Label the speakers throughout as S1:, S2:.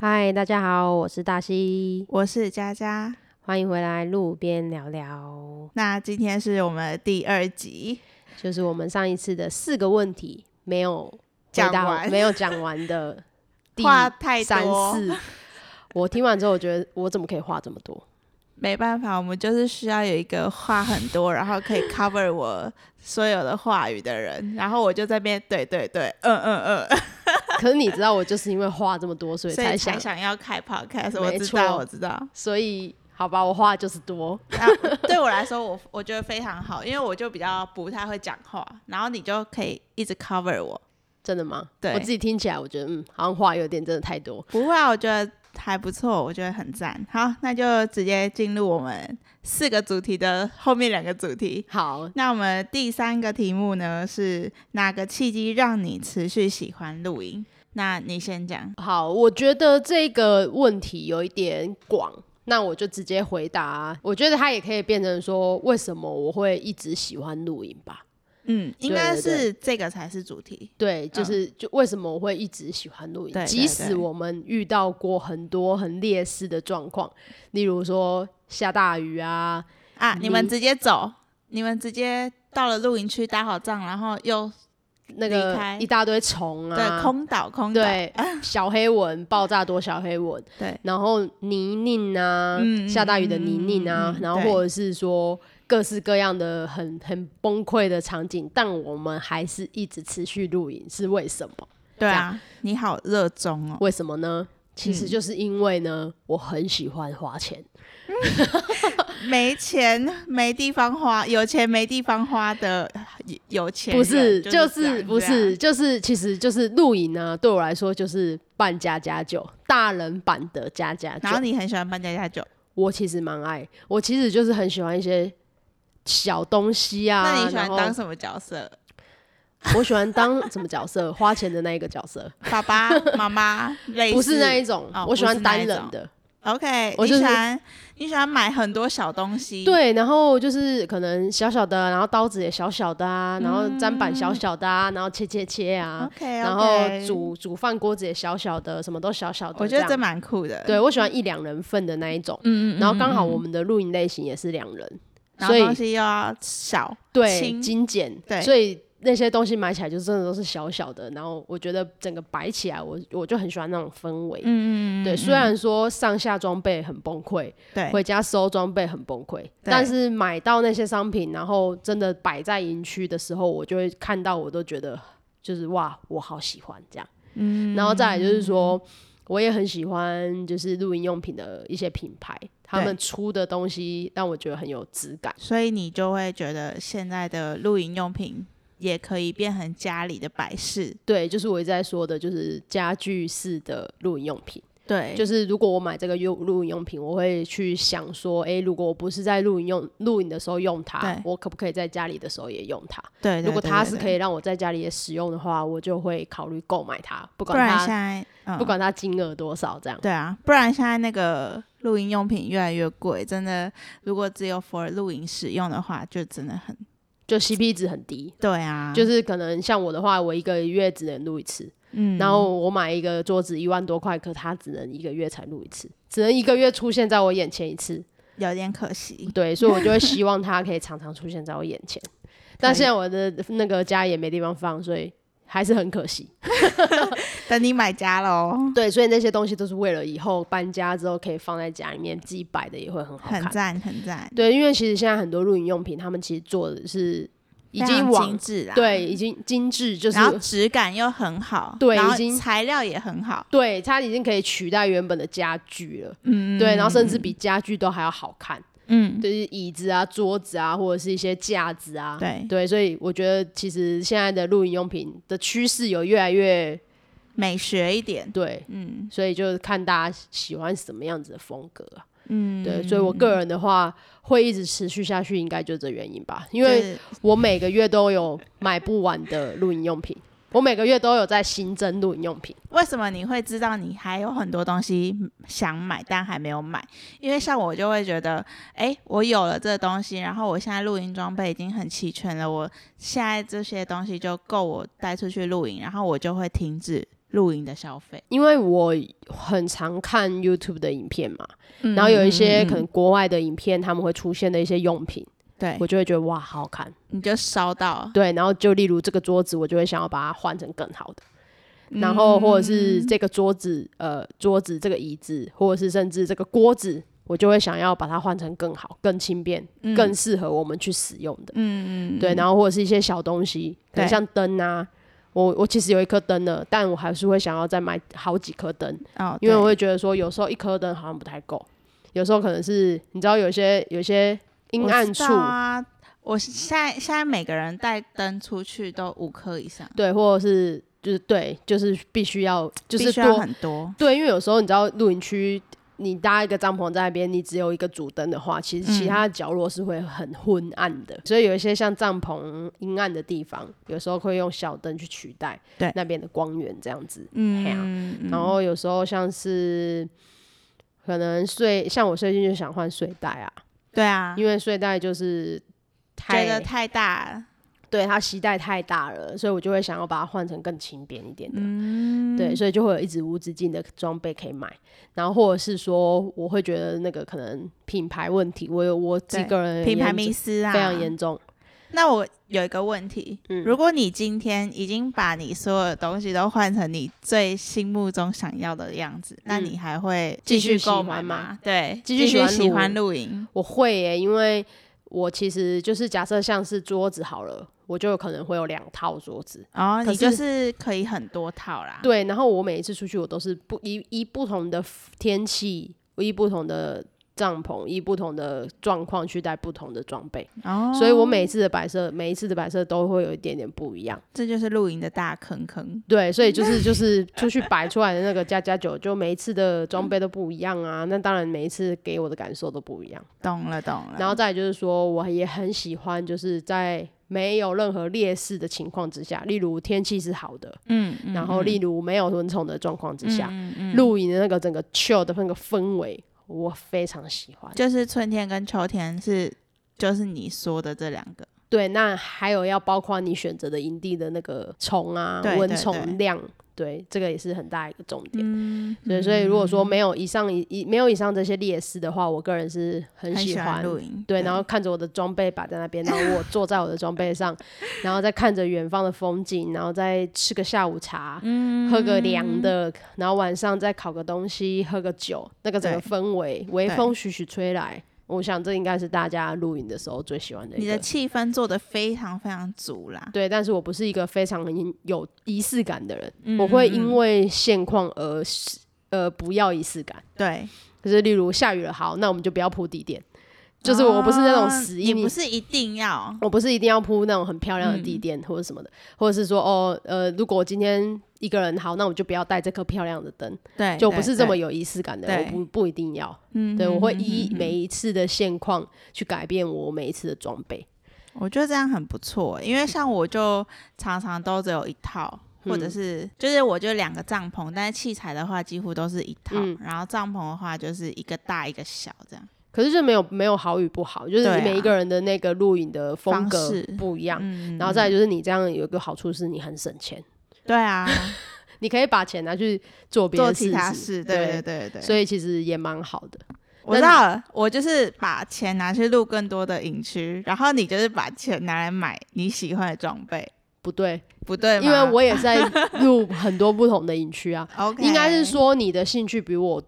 S1: 嗨，大家好，我是大西，
S2: 我是佳佳。
S1: 欢迎回来路边聊聊，
S2: 那今天是我们的第二集，
S1: 就是我们上一次的四个问题没有回
S2: 讲
S1: 答
S2: 完
S1: 没有讲完 的第
S2: 话太
S1: 三
S2: 多，
S1: 四。我听完之后，我觉得我怎么可以话这么多？
S2: 没办法，我们就是需要有一个话很多，然后可以 cover 我所有的话语的人。然后我就在那边对对对，嗯嗯嗯，
S1: 可是你知道，我就是因为话这么多，所以
S2: 所以
S1: 才
S2: 才
S1: 想，哎
S2: 想要开 podcast。我
S1: 没
S2: 知
S1: 错
S2: 道，我 知道。
S1: 所以好吧，我话就是多，
S2: 那对我来说，我我觉得非常好，因为我就比较不太会讲话，然后你就可以一直 cover 我。
S1: 真的吗？
S2: 对
S1: 我自己听起来，我觉得嗯，好像话有点真的太多。
S2: 不会啊，我觉得还不错，我觉得很赞。好，那就直接进入我们四个主题的后面两个主题。
S1: 好，
S2: 那我们第三个题目呢是哪个契机让你持续喜欢露营？那你先讲。
S1: 好，我觉得这个问题有一点广，那我就直接回答。我觉得它也可以变成说，为什么我会一直喜欢露营吧？
S2: 嗯，应该
S1: 对对
S2: 是这个才是主题。
S1: 对，就是、就为什么我会一直喜欢露
S2: 嗯对
S1: 营，
S2: 对
S1: 即使我们遇到过很多很劣势的状况，例如说下大雨啊，
S2: 啊！
S1: 你
S2: 你们直接走，你们直接到了露营区搭好帐，然后又
S1: 那
S2: 离
S1: 个
S2: 开
S1: 一大堆虫啊，
S2: 对空岛空岛，
S1: 对，小黑蚊爆炸多小黑蚊，
S2: 对，
S1: 然后泥泞啊，
S2: 嗯
S1: 下大雨的泥泞啊，
S2: 嗯嗯嗯嗯
S1: 然后
S2: 对
S1: 或者是说各式各样的很很崩溃的场景，但我们还是一直持续露营，是为什么？
S2: 对啊！你好热衷哦，
S1: 为什么呢？其实就是因为呢，我很喜欢花钱。
S2: 没钱没地方花，有钱没地方花的有有钱人
S1: 不是，就
S2: 这样
S1: 是
S2: 子啊
S1: 不是，就是其实就是露营呢，对我来说就是办家家酒，大人版的家家酒
S2: 然后。你很喜欢扮家家酒，
S1: 我其实蛮爱，我其实就是很喜欢一些小东西啊。
S2: 那你喜欢
S1: 然
S2: 当
S1: 后
S2: 什么角色？
S1: 我喜欢当什么角色？花钱的那一个角色，
S2: 爸爸妈妈类似
S1: 不是那一种，
S2: 哦
S1: 我喜欢
S2: 不是那
S1: 单
S2: 一
S1: 人的。
S2: OK，
S1: 我
S2: 你
S1: 就是
S2: 喜欢你喜欢买很多小东西，，
S1: 对，然后就是可能小小的，然后刀子也小小的
S2: 嗯
S1: 啊，然后砧板小小的啊，然后切切切啊
S2: 哎 OK，
S1: 然后，煮煮饭锅子也小小的，什么都小小的。
S2: 我觉得
S1: 这
S2: 这
S1: 样
S2: 蛮酷的，
S1: 对我喜欢一两人份的那一种。
S2: 嗯，嗯嗯，
S1: 然后刚好
S2: 嗯，
S1: 我们的露营类型也是两人，
S2: 然
S1: 所
S2: 后
S1: 以
S2: 东西又要少，
S1: 对，
S2: 轻
S1: 精简，
S2: 对
S1: 所以那些东西买起来就真的都是小小的，然后我觉得整个摆起来，我我就很喜欢那种氛围。
S2: 嗯嗯嗯，
S1: 对，
S2: 嗯
S1: 虽然说上下装备很崩溃，
S2: 对
S1: 回家收装备很崩溃，但是买到那些商品，然后真的摆在营区的时候，我就会看到，我都觉得就是哇，我好喜欢这样。嗯，然后再来就是说，我也很喜欢就是露营用品的一些品牌，他们出的东西让我觉得很有质感。
S2: 所以你就会觉得现在的露营用品也可以变成家里的摆饰，
S1: 对，就是我一直在说的，就是家具式的露营用品。
S2: 对，
S1: 就是如果我买这个用露营用品，我会去想说，诶，如果我不是在露营用露营的时候用它
S2: 对，
S1: 我可不可以在家里的时候也用它？
S2: 对，对
S1: 如果
S2: 对
S1: 它
S2: 对
S1: 是
S2: 对
S1: 可以让我在家里也使用的话，我就会考虑购买它，不
S2: 不
S1: 管
S2: 然
S1: 它
S2: 现在、嗯、
S1: 不管它金额多少，这样。
S2: 对啊，不然现在那个露营用品越来越贵，真的，如果只有 for 露营使用的话，就真的很
S1: 就 CP 值很低，
S2: 对啊，
S1: 就是可能像我的话，我一个月只能录一次，
S2: 嗯
S1: 然后我买一个桌子一万多块，可它只能一个月才录一次，只能一个月出现在我眼前一次。
S2: 有点可惜，
S1: 对，所以我就会希望它可以常常出现在我眼 前。但现在我的那个家也没地方放，所以还是很可惜。
S2: 等你买家喽，
S1: 对，所以那些东西都是为了以后搬家之后可以放在家里面，自己摆的也会很好
S2: 很
S1: 看。
S2: 赞很赞，
S1: 对，因为其实现在很多露营用品，他们其实做的是已
S2: 非
S1: 经
S2: 常
S1: 往
S2: 精致啦，
S1: 对已经精致，就是
S2: 然后质感又很好，
S1: 对
S2: 然
S1: 已
S2: 后
S1: 经
S2: 材料也很好，
S1: 对它已经可以取代原本的家具了。
S2: 嗯
S1: 对，然后甚至比家具都还要好看，
S2: 嗯
S1: 就是椅子啊、桌子啊，或者是一些架子啊。
S2: 对
S1: 对，所以我觉得其实现在的露营用品的趋势有越来越
S2: 美学一点，
S1: 对，
S2: 嗯
S1: 所以就是看大家喜欢什么样子的风格啊。
S2: 嗯，
S1: 对，所以我个人的话会一直持续下去，应该就这原因吧，因
S2: 就
S1: 为
S2: 是
S1: 我每个月都有买不完的露营用品，我每个月都有在新增露营用品。
S2: 为什么你会知道你还有很多东西想买但还没有买？因为像我就会觉得，哎、我有了这个东西，然后我现在露营装备已经很齐全了，我现在这些东西就够我带出去露营，然后我就会停止露营的消费。
S1: 因为我很常看 YouTube 的影片嘛，
S2: 嗯
S1: 然后有一些可能国外的影片，他们会出现的一些用品，
S2: 对
S1: 我，就会觉得哇，好好看。
S2: 你就烧到，
S1: 对，然后就例如这个桌子，我就会想要把它换成更好的。然后或者是
S2: 嗯
S1: 这个桌子，呃，桌子这个椅子，或者是甚至这个锅子，我就会想要把它换成更好、更轻便、更适合我们去使用的。
S2: 嗯嗯嗯，
S1: 对，然后或者是一些小东西，可能
S2: 对
S1: 像灯啊，我我其实有一颗灯了，但我还是会想要再买好几颗灯，
S2: 哦，
S1: 因为
S2: 对
S1: 我会觉得说有时候一颗灯好像不太够，有时候可能是你知道有些有些阴
S2: 我
S1: 暗
S2: 知
S1: 处
S2: 道。啊。我现在现在每个人带灯出去都五颗以上，
S1: 对，或者是就是对，就是必须要就
S2: 必
S1: 是
S2: 须要
S1: 多
S2: 很多。
S1: 对，因为有时候你知道露营区，你搭一个帐篷在那边，你只有一个主灯的话，其实其
S2: 嗯
S1: 他的角落是会很昏暗的，所以有一些像帐篷阴暗的地方，有时候会用小灯去取代
S2: 对
S1: 那边的光源这样子。嘿啊
S2: 嗯，嗯
S1: 然后有时候像是可能睡，像我最近就想换睡袋啊，
S2: 对啊，
S1: 因为睡袋就是
S2: 觉得
S1: 太
S2: 太大，
S1: 对它携带太大了，所以我就会想要把它换成更轻便一点的。
S2: 嗯，
S1: 对，所以就会有一直无止境的装备可以买，然后或者是说，我会觉得那个可能品牌问题，我有我自己
S2: 对
S1: 个人
S2: 品牌
S1: 严
S2: 迷
S1: 重
S2: 思啊，
S1: 非常严重，
S2: 那我有一个问题，
S1: 嗯
S2: 如果你今天已经把你所有东西都换成你最心目中想要的样子，那你还会
S1: 嗯继续
S2: 续
S1: 喜
S2: 购
S1: 欢
S2: 买
S1: 吗？
S2: 对，
S1: 继
S2: 继
S1: 续喜欢
S2: 喜
S1: 露
S2: 欢
S1: 营
S2: 露营。
S1: 我会耶、因为我其实就是假设像是桌子好了，我就有可能会有两套桌子。
S2: 哦，
S1: 可
S2: 你就是是可以很多套啦。，
S1: 对，然后我每一次出去，我都是不依依不同的天气，依不同的帐篷，依不同的状况去带不同的装备，
S2: 哦，
S1: 所以我每一次的摆设，每一次的摆设都会有一点点不一样。
S2: 这就是露营的大坑坑。
S1: 对，所以就是 就是出去摆出来的那个加加酒，就每一次的装备都不一样啊。那当然每一次给我的感受都不一样。
S2: 懂了，懂了。
S1: 然后再来就是说，我也很喜欢，就是在没有任何劣势的情况之下，例如天气是好的，
S2: 嗯，嗯，
S1: 然后
S2: 嗯
S1: 例如没有蚊虫的状况之下，
S2: 嗯嗯
S1: 露营的那个整个 chill 的那个氛围，我非常喜欢。
S2: 就是春天跟秋天是，就是你说的这两个。
S1: 对，那还有要包括你选择的营地的那个虫啊
S2: 对、对
S1: 蚊
S2: 对
S1: 虫量，对，这个也是很大一个重点。
S2: 嗯，
S1: 对，所以如果说没有以上以以没有以上这些劣势的话，我个人是很
S2: 很
S1: 喜
S2: 喜
S1: 欢。
S2: 露营，
S1: 对，然后看着我的装备摆在那边，然后我坐在我的装备上， 然后再看着远方的风景，然后再吃个下午茶，
S2: 嗯
S1: 喝个凉的，然后晚上再烤个东西，喝个酒，那个整个
S2: 对
S1: 氛围，微
S2: 对
S1: 风徐徐吹来，我想这应该是大家露营的时候最喜欢的一
S2: 你
S1: 个
S2: 的。气氛做的非常非常足啦。
S1: 对，但是我不是一个非常有仪式感的人，
S2: 嗯
S1: 我会
S2: 嗯
S1: 因为现况而是呃不要仪式感。
S2: 对，
S1: 就是例如下雨了，好，那我们就不要铺地垫。就是我不是那种死
S2: 你
S1: 硬，
S2: 啊不是一嗯定要
S1: 我不是一定要铺那种很漂亮的地垫或者什么的，或者是说哦，呃，如果我今天一个人好，那我就不要带这颗漂亮的灯，
S2: 对，
S1: 就不
S2: 对
S1: 是这么
S2: 对
S1: 有仪式感的，
S2: 对
S1: 我不不一定要。
S2: 嗯
S1: 对，
S2: 嗯
S1: 我会
S2: 嗯
S1: 依
S2: 嗯
S1: 每一次的现况去改变我每一次的装备。
S2: 我觉得这样很不错，欸因为像我就常常都只有一套。或者
S1: 嗯
S2: 是就是我就两个帐篷，但是器材的话几乎都是一套，
S1: 嗯
S2: 然后帐篷的话就是一个大一个小这样。
S1: 可是就没有没有好与不好，就是
S2: 对啊
S1: 每一个人的那个录影的风
S2: 方
S1: 格
S2: 式
S1: 不一样。
S2: 嗯
S1: 然后再来就是你这样有一个好处是你很省钱，
S2: 对啊，
S1: 你可以把钱拿去做别
S2: 做
S1: 的
S2: 其
S1: 事
S2: 他
S1: 情。
S2: 事，
S1: 对
S2: 对对对对。
S1: 所以其实也蛮好的。
S2: 我知道了，我就是把钱拿去录更多的影区，然后你就是把钱拿来买你喜欢的装备，
S1: 不对，
S2: 不对吗？
S1: 因为我也在录很多不同的影区啊，
S2: OK
S1: 应该是说你的兴趣比我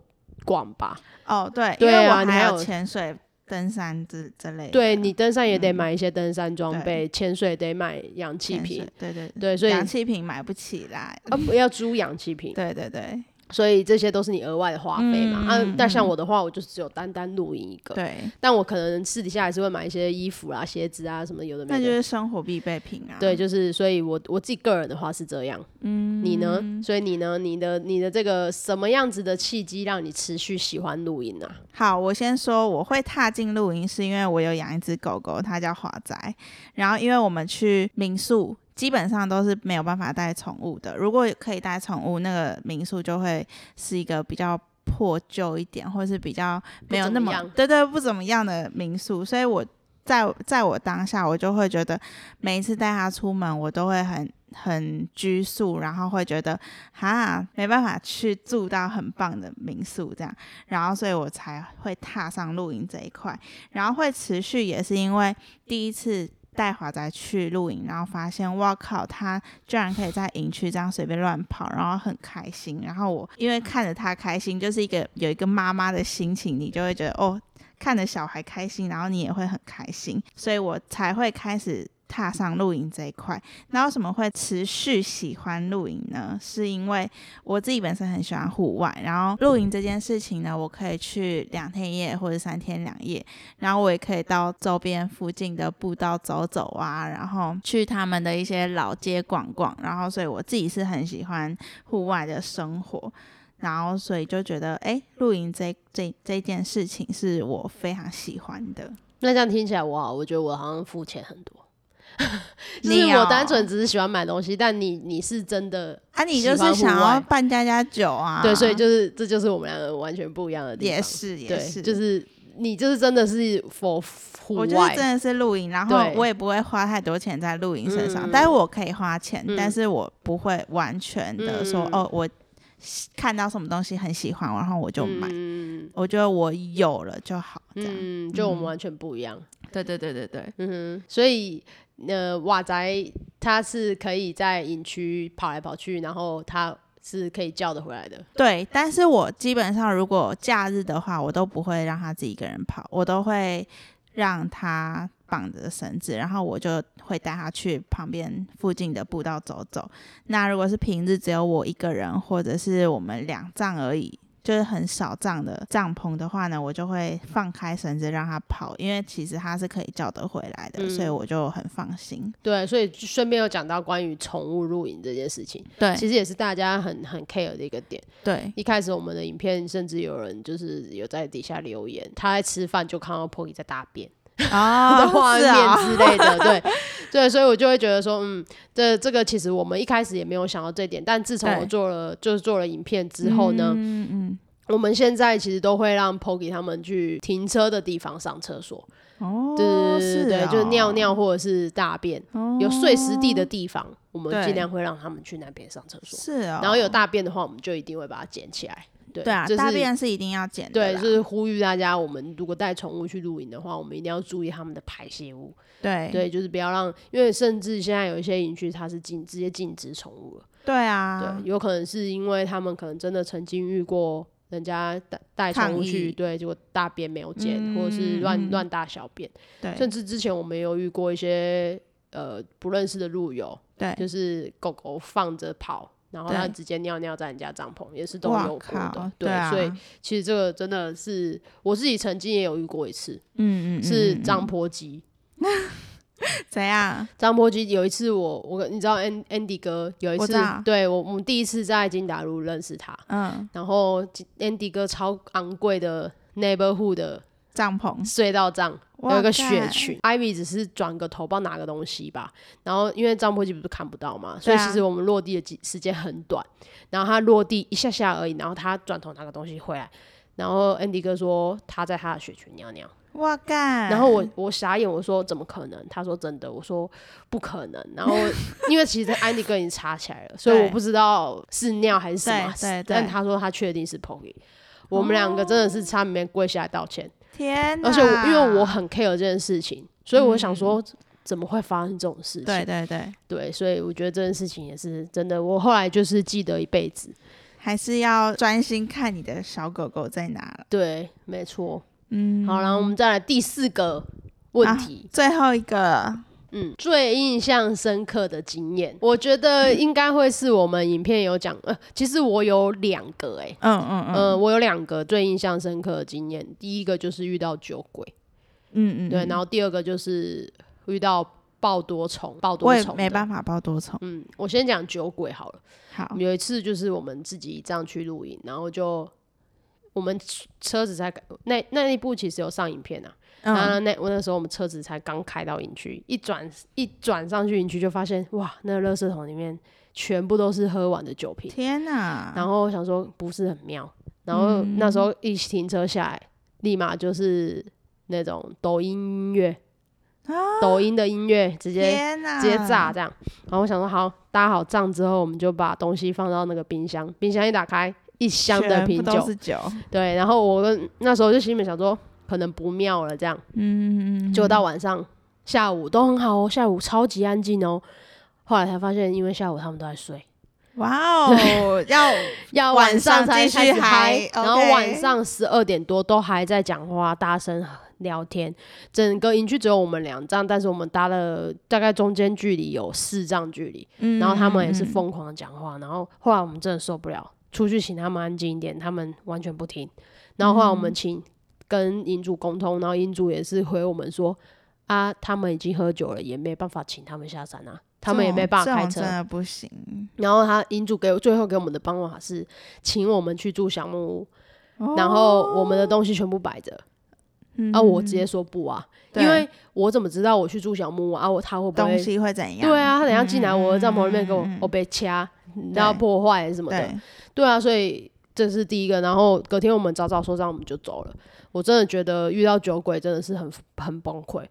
S1: 广吧？
S2: 哦，对，因
S1: 对
S2: 为我
S1: 啊你还
S2: 还有
S1: 有
S2: 潜水、登山之之类的。
S1: 对你登山也得买一些登山装备，潜水得买氧气
S2: 嗯潜水
S1: 瓶，，
S2: 对对
S1: 对，所以
S2: 氧气瓶买不起啦。
S1: 啊不要租氧气瓶，
S2: 对对对
S1: 所以这些都是你额外的花费嘛。
S2: 嗯
S1: 啊
S2: 嗯，
S1: 但像我的话，我就只有单单露营一个，
S2: 对，
S1: 但我可能私底下还是会买一些衣服啦、鞋子啊什么有的
S2: 那
S1: 没
S2: 就
S1: 的。
S2: 是生活必备品啊。
S1: 对，，就是，所以我我自己个人的话是这样，
S2: 嗯，
S1: 你呢？所以你呢？你的你的这个什么样子的契机让你持续喜欢露营啊？
S2: 好，我先说，我会踏进露营是因为我有养一只狗狗，它叫华仔。然后因为我们去民宿，基本上都是没有办法带宠物的。如果可以带宠物，那个民宿就会是一个比较破旧一点，或是比较没有那
S1: 不怎么
S2: 么
S1: 样
S2: 对对不怎么样的民宿。所以我在在我当下，我就会觉得每一次带它出门，我都会很很拘束，然后会觉得哈没办法去住到很棒的民宿这样，然后所以我才会踏上露营这一块，然后会持续也是因为第一次。带华仔去露营，然后发现哇靠，他居然可以在营区这样随便乱跑，然后很开心。然后我因为看着他开心，就是一个有一个妈妈的心情，你就会觉得哦，看着小孩开心，然后你也会很开心，所以我才会开始踏上露营这一块。那为什么会持续喜欢露营呢？是因为我自己本身很喜欢户外，然
S1: 嗯
S2: 后露营这件事情呢，我可以去两天一夜或者三天两夜，然后我也可以到周边附近的步道走走啊，然后去他们的一些老街逛逛，然后所以我自己是很喜欢户外的生活，然后所以就觉得哎，露营这这这件事情是我非常喜欢的。
S1: 那这样听起来哇，我觉得我好像肤浅很多。就
S2: 你
S1: 是我
S2: 哦
S1: 单纯只是喜欢买东西，但你你是真的
S2: 啊，你就
S1: 喜欢
S2: 是
S1: 户
S2: 想要
S1: 外
S2: 办家家酒啊？
S1: 对，所以就是这就是我们两个完全不一样的地方。
S2: 也是也是
S1: 对，就是你就是真的是 for 户
S2: 我就是
S1: 外，
S2: 真的是露营，然后
S1: 对
S2: 我也不会花太多钱在露营身上，
S1: 嗯
S2: 但是我可以花钱，
S1: 嗯
S2: 但是我不会完全的说、
S1: 嗯
S2: 哦，我喜看到什么东西很喜欢，然后我就买。
S1: 嗯
S2: 我觉得我有了就好，这样。
S1: 嗯，就我们完全不一样。
S2: 对对对对对，
S1: 嗯哼，所以呃，瓦宅他是可以在营区跑来跑去，然后他是可以叫得回来的。
S2: 对。但是我基本上如果假日的话，我都不会让他自己一个人跑，我都会让他绑着绳子，然后我就会带他去旁边附近的步道走走。那如果是平日只有我一个人，或者是我们两帐而已，就是很少帐的帐篷的话呢，我就会放开绳子让他跑，因为其实他是可以叫得回来的，
S1: 嗯
S2: 所以我就很放心。
S1: 对，所以就顺便有讲到关于宠物露营这件事情，
S2: 对
S1: 其实也是大家很很 care 的一个点。
S2: 对
S1: 一开始我们的影片甚至有人就是有在底下留言，他在吃饭就看到 Pocky 在大便。的
S2: 啊，
S1: 画
S2: 是
S1: 面
S2: 啊，
S1: 之类的，对 对，所以我就会觉得说，嗯，这这个其实我们一开始也没有想到这点，但自从
S2: 对
S1: 我做了就是做了影片之后呢，
S2: 嗯嗯
S1: 我们现在其实都会让 Poggy 他们去停车的地方上厕所，
S2: 哦，
S1: 对对对
S2: 是
S1: 对对，
S2: 哦
S1: 就是尿，尿或者是大便，有碎石地的地方，我们
S2: 对
S1: 尽量会让他们去那边上厕所，
S2: 是哦，
S1: 然后有大便的话，我们就一定会把它捡起来，对，
S2: 对啊，
S1: 就是
S2: 大便是一定要捡的
S1: 对，
S2: 啦，
S1: 就是呼吁大家，我们如果带宠物去露营的话，我们一定要注意它们的排泄物。
S2: 对
S1: 对，就是不要让，因为甚至现在有一些营区它是禁直接禁止宠物了，
S2: 对啊，
S1: 对，有可能是因为他们可能真的曾经遇过人家带带
S2: 抗
S1: 宠物去，
S2: 议嗯
S1: 对，结果大便没有捡，或者是乱乱大小便，
S2: 对
S1: 甚至之前我们也有遇过一些呃不认识的路友，
S2: 对，
S1: 就是狗狗放着跑。然后它
S2: 对
S1: 直接尿尿在人家帐篷，也是都
S2: 哇
S1: 有过
S2: 靠
S1: 的，，
S2: 对啊，
S1: 所以其实这个真的是我自己曾经也有遇过一次，
S2: 嗯嗯嗯
S1: 是
S2: 嗯
S1: 张坡鸡，
S2: 怎样？
S1: 张柏芝有一次我我跟你知道 An- Andy 哥有一
S2: 我
S1: 次
S2: 知道
S1: 对我我们第一次在金达路认识他，
S2: 嗯，
S1: 然后 Andy 哥超昂贵的 neighborhood 的
S2: 帐篷
S1: 隧道帐
S2: 哇
S1: 有一个
S2: 塞
S1: 雪裙，Ivy 只是转个头不知道拿个东西吧，然后因为张柏芝不是看不到嘛，所
S2: 对
S1: 以
S2: 啊
S1: 其实我们落地的几时间很短，然后他落地一下下而已，然后他转头拿个东西回来，然后 Andy 哥说他在他的雪裙尿尿。
S2: 哇干，
S1: 然后我我傻眼，我说怎么可能？他说真的，我说不可能。然后 因为其实安迪哥已经查起来了，所以
S2: 对
S1: 我不知道是尿还是什么
S2: 对。对对哦
S1: 但他说他确定是 Poggy。我们两个真的是差里面跪下来道歉，
S2: 天哪，
S1: 而且我因为我很 care 这件事情，所以我想说。怎么会发生这种事情？
S2: 嗯对对对，
S1: 对所以我觉得这件事情也是真的，我后来就是记得一辈子。
S2: 还是要专心看你的小狗狗在哪了。
S1: 对，没错。
S2: 嗯，
S1: 好，然后我们再来第四个问
S2: 啊
S1: 题。
S2: 最后一个，
S1: 嗯，最印象深刻的经验，我觉得应该会是我们影片有讲，呃，其实我有两个、欸，
S2: 嗯嗯嗯
S1: 呃，我有两个最印象深刻的经验，第一个就是遇到酒鬼，
S2: 嗯嗯，
S1: 对，
S2: 嗯
S1: 然后第二个就是遇到爆多虫，爆多
S2: 我也
S1: 虫，
S2: 没办哦
S1: 法。
S2: 法抱多重，
S1: 嗯，我先讲酒鬼好了。
S2: 好，
S1: 有一次就是我们自己这样去露营，然后就我们车子才那那一部其实有上影片啊，然
S2: 嗯，
S1: 后那我那时候我们车子才刚开到营区，一转一转上去营区就发现哇，那个垃圾桶里面全部都是喝完的酒瓶，
S2: 天啊哪，
S1: 然后我想说不是很妙，然后那
S2: 嗯
S1: 时候一停车下来，立马就是那种抖音音乐，抖音的音乐直接
S2: 啊天啊哪，
S1: 直接炸这样。然后我想说，好，搭好帐之后，我们就把东西放到那个冰箱，冰箱一打开，一箱
S2: 全
S1: 的
S2: 部
S1: 啤
S2: 都
S1: 酒
S2: 是，酒，
S1: 对。然后我跟那时候就心里面想说，可能不妙了这样。
S2: 嗯，
S1: 结果到晚上、下午都很好哦，下午超级安静哦。后来才发现，因为下午他们都在睡，
S2: 哇哦，要
S1: 要
S2: 晚
S1: 晚上
S2: 上
S1: 才
S2: 继续
S1: 开始
S2: 嗨
S1: 嗨，然后
S2: OK
S1: 晚上十二点多都还在讲话、大声聊天。整个营区只有我们两站，但是我们搭了大概中间距离有四站距离，
S2: 嗯
S1: 然后他们也是疯狂的讲话，然后后来我们真的受不了，出去请他们安静一点，他们完全不听。然后后来我
S2: 嗯
S1: 们请跟营主沟通，然后营主也是回我们说啊，他们已经喝酒了，也没办法请他们下山啊，他们也没办法开
S2: 这种
S1: 车
S2: 真。的不行。
S1: 然后他营主给我最后给我们的方法是，请我们去住小木屋，然
S2: 哦
S1: 后我们的东西全部摆着。啊，我直接说不啊，
S2: 对
S1: 因为我怎么知道我去住小木屋啊？我他会不
S2: 嗯东
S1: 会
S2: 西会怎样？
S1: 对啊，他等一下进来我的帐篷里面给我，我被掐，然后
S2: 对
S1: 破坏什么的。
S2: 对，
S1: 对啊，所以这是第一个。然后隔天我们早早收账，我们就走了。我真的觉得遇到酒鬼真的是很很崩溃，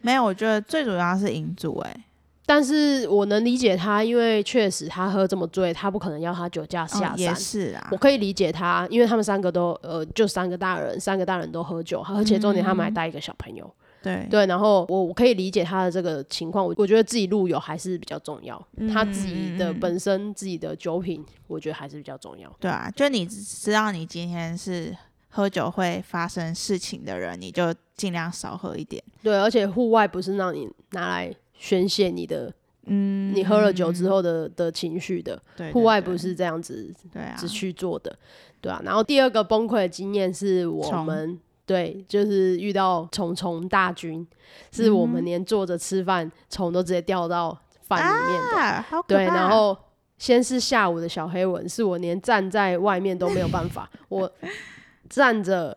S2: 没有，我觉得最主要是银主哎，
S1: 但是我能理解他，因为确实他喝这么醉，他不可能要他酒驾
S2: 哦
S1: 下山。
S2: 也是啊
S1: 我，可以理解他，因为他们三个都呃，就三个大人，三个大人都喝酒，而且重点他们
S2: 嗯
S1: 还带一个小朋友。
S2: 对
S1: 对，然后我我可以理解他的这个情况，我我觉得自己路友还是比较重要，
S2: 嗯
S1: 他自己的本身自己的酒品，我觉得还是比较重要。
S2: 对啊，就你只知道你今天是喝酒会发生事情的人，你就尽量少喝一点。
S1: 对，而且户外不是让你拿来宣泄你的，
S2: 嗯，
S1: 你喝了酒之后的的情绪的，
S2: 对，对
S1: 户外
S2: 对
S1: 不是这样子
S2: 对啊
S1: 只，去做的，对啊。然后第二个崩溃的经验是我
S2: 虫
S1: 们。对，就是遇到虫虫大军，是我
S2: 嗯
S1: 们连坐着吃饭，虫都直接掉到饭里面的。
S2: 啊，好可
S1: 对，
S2: 怕
S1: 然后先是下午的小黑蚊，是我连站在外面都没有办 法，我站着，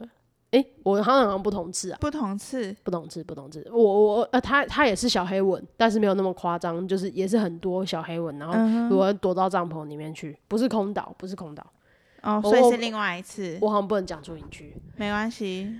S1: 诶，我好像好像不同次啊，
S2: 不同次，
S1: 不同次，不同次，我我呃，他他也是小黑蚊，但是没有那么夸张，就是也是很多小黑蚊，然后
S2: 嗯哼，
S1: 我要躲到帐篷里面去，不是空岛，不是空岛，
S2: 哦，
S1: 我
S2: 所以
S1: 我
S2: 是另外一次，
S1: 我好像不能讲出营区，
S2: 没关系。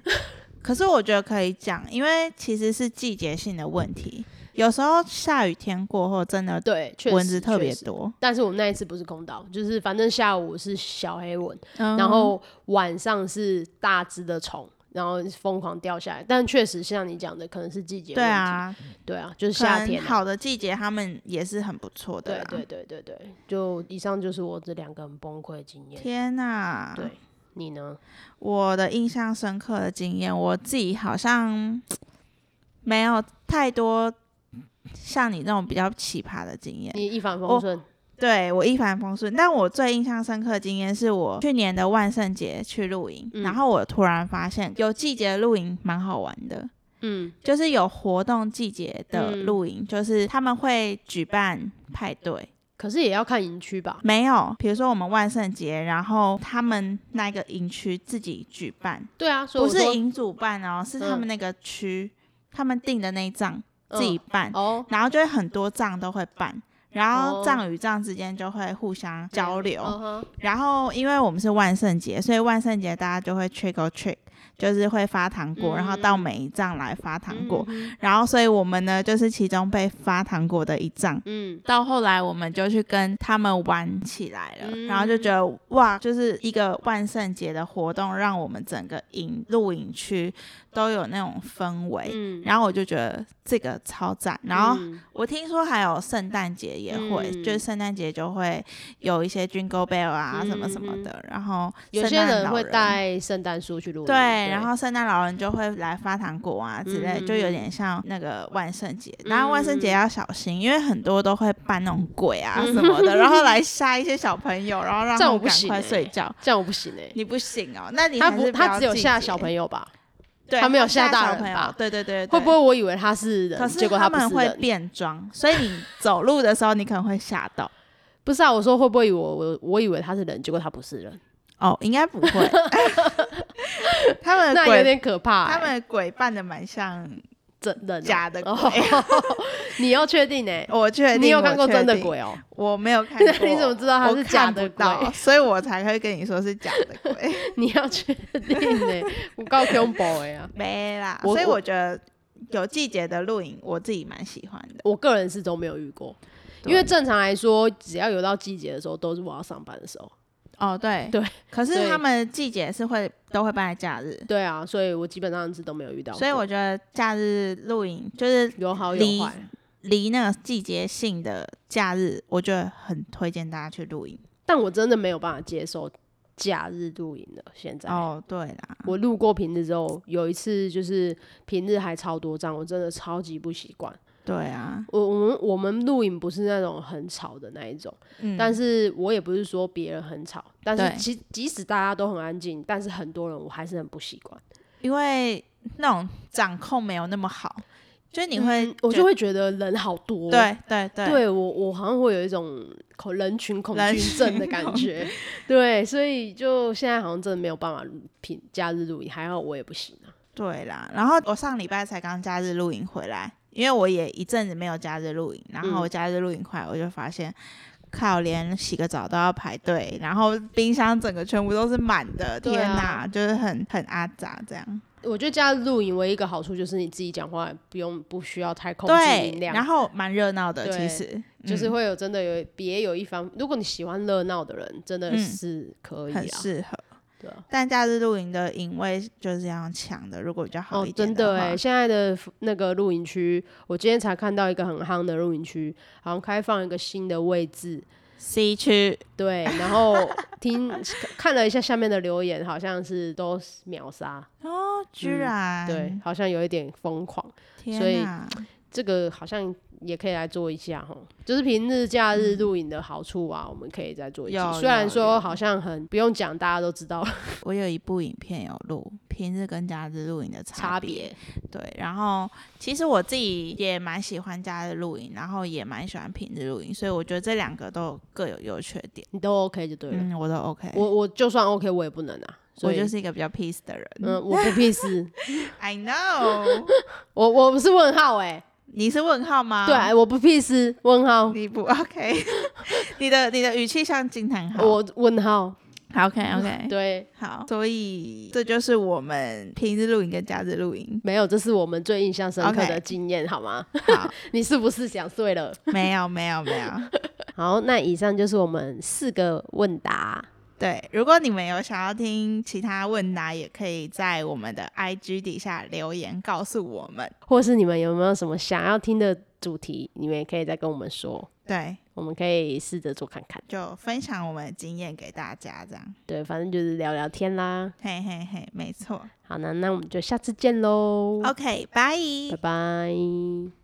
S2: 可是我觉得可以讲，因为其实是季节性的问题，有时候下雨天过后，真的
S1: 对，确实
S2: 蚊子特别。
S1: 确实
S2: 多。
S1: 但是我们那一次不是空岛，就是反正下午是小黑蚊，
S2: 嗯
S1: 然后晚上是大只的虫，然后疯狂掉下来。但确实像你讲的，可能是季节
S2: 对
S1: 问题，
S2: 啊，
S1: 对啊，就是
S2: 可
S1: 夏天
S2: 能
S1: 啊、
S2: 好的季节他们也是很不错的
S1: 对
S2: 啦。
S1: 对对对对，就以上就是我这两个很崩溃的经验。
S2: 天呐、
S1: 对你呢？
S2: 我的印象深刻的经验，我自己好像没有太多像你那种比较奇葩的经验。
S1: 你一帆风
S2: 我
S1: 顺，
S2: 对我一帆风顺，但我最印象深刻的经验是我去年的万圣节去露营，
S1: 嗯
S2: 然后我突然发现有季节露营蛮好玩的，
S1: 嗯
S2: 就是有活动季节的
S1: 嗯
S2: 露营，就是他们会举办派对。
S1: 可是也要看营区吧。
S2: 没有，比如说我们万圣节，然后他们那个营区自己举办，
S1: 对啊，所以
S2: 不
S1: 我
S2: 是
S1: 说
S2: 营主办哦，是他们那个区，他们定的那一帐自己
S1: 嗯
S2: 办，
S1: 哦
S2: 然后就会很多帐都会办，然后
S1: 哦
S2: 帐与帐之间就会互相交流。
S1: 嗯哼
S2: 然后因为我们是万圣节，所以万圣节大家就会 trick or trick，就是会发糖
S1: 嗯
S2: 果，然后到每一帐来发糖果。
S1: 嗯哼
S2: 然后所以我们呢，就是其中被发糖果的一帐。
S1: 嗯
S2: 到后来，我们就去跟他们玩起来了，
S1: 嗯
S2: 然后就觉得哇，就是一个万圣节的活动，让我们整个营露营区都有那种氛围。
S1: 嗯，
S2: 然后我就觉得这个超赞。哎然后
S1: 嗯
S2: 我听说还有圣诞节也会，
S1: 嗯
S2: 就是圣诞节就会有一些 Jingle Bell 啊
S1: 嗯
S2: 什么什么的。然后
S1: 有
S2: 圣
S1: 些
S2: 诞
S1: 人
S2: 老
S1: 会带圣诞树去露营，
S2: 对，然后圣诞老人就会来发糖果啊之类，
S1: 嗯
S2: 就有点像那个万圣节。然后万圣节要小心，因为很多都会扮那种鬼啊什么的，然 后来吓一些小朋友，然后
S1: 嗯
S2: 让
S1: 这
S2: 他
S1: 样我
S2: 们
S1: 不
S2: 赶
S1: 行
S2: 快
S1: 欸
S2: 睡觉。
S1: 这样我不行哎、
S2: 你不行哦，那你
S1: 他
S2: 还
S1: 不
S2: 是
S1: 他只有吓小
S2: 友，
S1: 朋友吧？
S2: 对，
S1: 他没有吓
S2: 吓
S1: 大
S2: 小
S1: 人
S2: 朋友
S1: 吧
S2: 对对对，
S1: 会
S2: 对
S1: 不会？我以为他是
S2: 可
S1: 人，
S2: 是
S1: 结果
S2: 他
S1: 不
S2: 们
S1: 是
S2: 会
S1: 人？
S2: 变装，所以你走路的时候你可能会吓到。
S1: 不是啊，我说会不会以为我我我以为他是人，结果他不是人，
S2: 哦，应该 不会。他们的
S1: 那有
S2: 鬼，
S1: 点可怕、欸。
S2: 他们的鬼扮的蛮像
S1: 真人哦
S2: 假的鬼。
S1: 你要确定哎、
S2: 我确定，
S1: 你有看过
S2: 我确
S1: 真的
S2: 定
S1: 鬼哦、
S2: 我 没有看
S1: 那
S2: 过，
S1: 你怎么知道它
S2: 我
S1: 是
S2: 看
S1: 假的
S2: 不到
S1: 鬼
S2: 所以我才会跟你说是假的 鬼，
S1: 欸你要确定哎、我告 c o m b o 哎啊，
S2: 没啦。
S1: 我
S2: 所以
S1: 我
S2: 我觉得有季节的露营，我自己蛮喜欢的。
S1: 我个人是都没有遇过，
S2: 对
S1: 因为正常来说，只要有到季节的时候，都是我要上班的时候。
S2: 哦，对
S1: 对，
S2: 可
S1: 所
S2: 是
S1: 以
S2: 他们季节是会都会办在假日，
S1: 对啊，所以我基本上是都没有遇到过。
S2: 所以我觉得假日露营就是
S1: 有好
S2: 离
S1: 有坏，
S2: 离那个季节性的假日，我觉得很推荐大家去露营。
S1: 但我真的没有办法接受假日露营了。现在，
S2: 哦，对啦，
S1: 我路过平日之后，有一次就是平日还超多站，我真的超级不习惯。
S2: 对啊，
S1: 我我们我们露营不是那种很吵的那一种，
S2: 嗯，
S1: 但是我也不是说别人很吵，但
S2: 对
S1: 是其即使大家都很安静，但是很多人我还是很不习惯。
S2: 因为那种掌控没有那么好，就是你
S1: 嗯
S2: 会觉，
S1: 我就会觉得人好多，哦
S2: 对对对
S1: 对我我好像会有一种恐人群恐
S2: 人
S1: 惧
S2: 群
S1: 症的
S2: 恐
S1: 感觉，对，所以就现在好像真的没有办法平假日露营，还好我也不行啊。
S2: 对啦。然后我上礼拜才刚假日露营回来，因为我也一阵子没有假日露营，然
S1: 嗯
S2: 后我假日露营回来，我就发现。靠，连洗个澡都要排队，然后冰箱整个全部都是满的，
S1: 对
S2: 天
S1: 啊
S2: 哪，就是很很啊阿杂这样。
S1: 我觉得假日露营唯一一个好处就是你自己讲话不用不需要太控制
S2: 对
S1: 音，量，
S2: 然后蛮热闹的，其
S1: 对
S2: 实
S1: 就是
S2: 嗯
S1: 会有真的有别有一番。如果你喜欢热闹的人，真的
S2: 嗯
S1: 是可以啊
S2: 很，适合。
S1: 对啊。
S2: 但假日露营的营位就是要强的，如果比较好
S1: 哦
S2: 一，点
S1: 真的
S2: 话，
S1: 哎，现在的那个露营区，我今天才看到一个很夯的露营区，好像开放一个新的位置，
S2: C 区
S1: 对，然后听看了一下下面的留言，好像是都是秒杀，
S2: 哦，居
S1: 嗯
S2: 然、
S1: 对，好像有一点疯狂，所以
S2: 天哪，
S1: 这个好像也可以来做一下哈，就是平日假日露营的好处啊，我们可以再做一
S2: 有
S1: 下。虽然
S2: 有
S1: 说
S2: 有
S1: 好像很不用讲，大家都知道 了
S2: 我有一部影片有录平日跟假日露营的
S1: 差
S2: 别，
S1: 别，
S2: 对，然后其实我自己也蛮喜欢假日露营，然后也蛮喜欢平日露营，所以我觉得这两个都有各有优缺点，
S1: 你都 OK 就对了。
S2: 嗯，我都 OK，
S1: 我我就算 OK，我也不能啊，所
S2: 我
S1: 以
S2: 就是一个比较 peace 的人、
S1: 嗯，我不屁事，
S2: i know，
S1: 我我不是问号哎、
S2: 你是问号吗？
S1: 对，啊我不屁事，问号，
S2: 你不 OK，你 的你的语气像惊叹号。
S1: 我问号，
S2: OK OK，
S1: 对，
S2: 好，所以这就是我们平日露营跟假日露营。
S1: 没有，这是我们最印象深刻
S2: OK
S1: 的经验好吗？
S2: 好，
S1: 你是不是想睡了？
S2: 没有没有没有。
S1: 好，那以上就是我们四个问答。
S2: 对，如果你们有想要听其他问答，也可以在我们的 IG 底下留言告诉我们。
S1: 或是你们有没有什么想要听的主题，你们也可以再跟我们说，
S2: 对，
S1: 我们可以试着做看看。
S2: 就分享我们的经验给大家，这样。
S1: 对，反正就是聊聊天啦。
S2: 嘿嘿嘿，没错。嗯
S1: 好呢，那我们就下次见喽，
S2: OK，拜。
S1: 拜拜。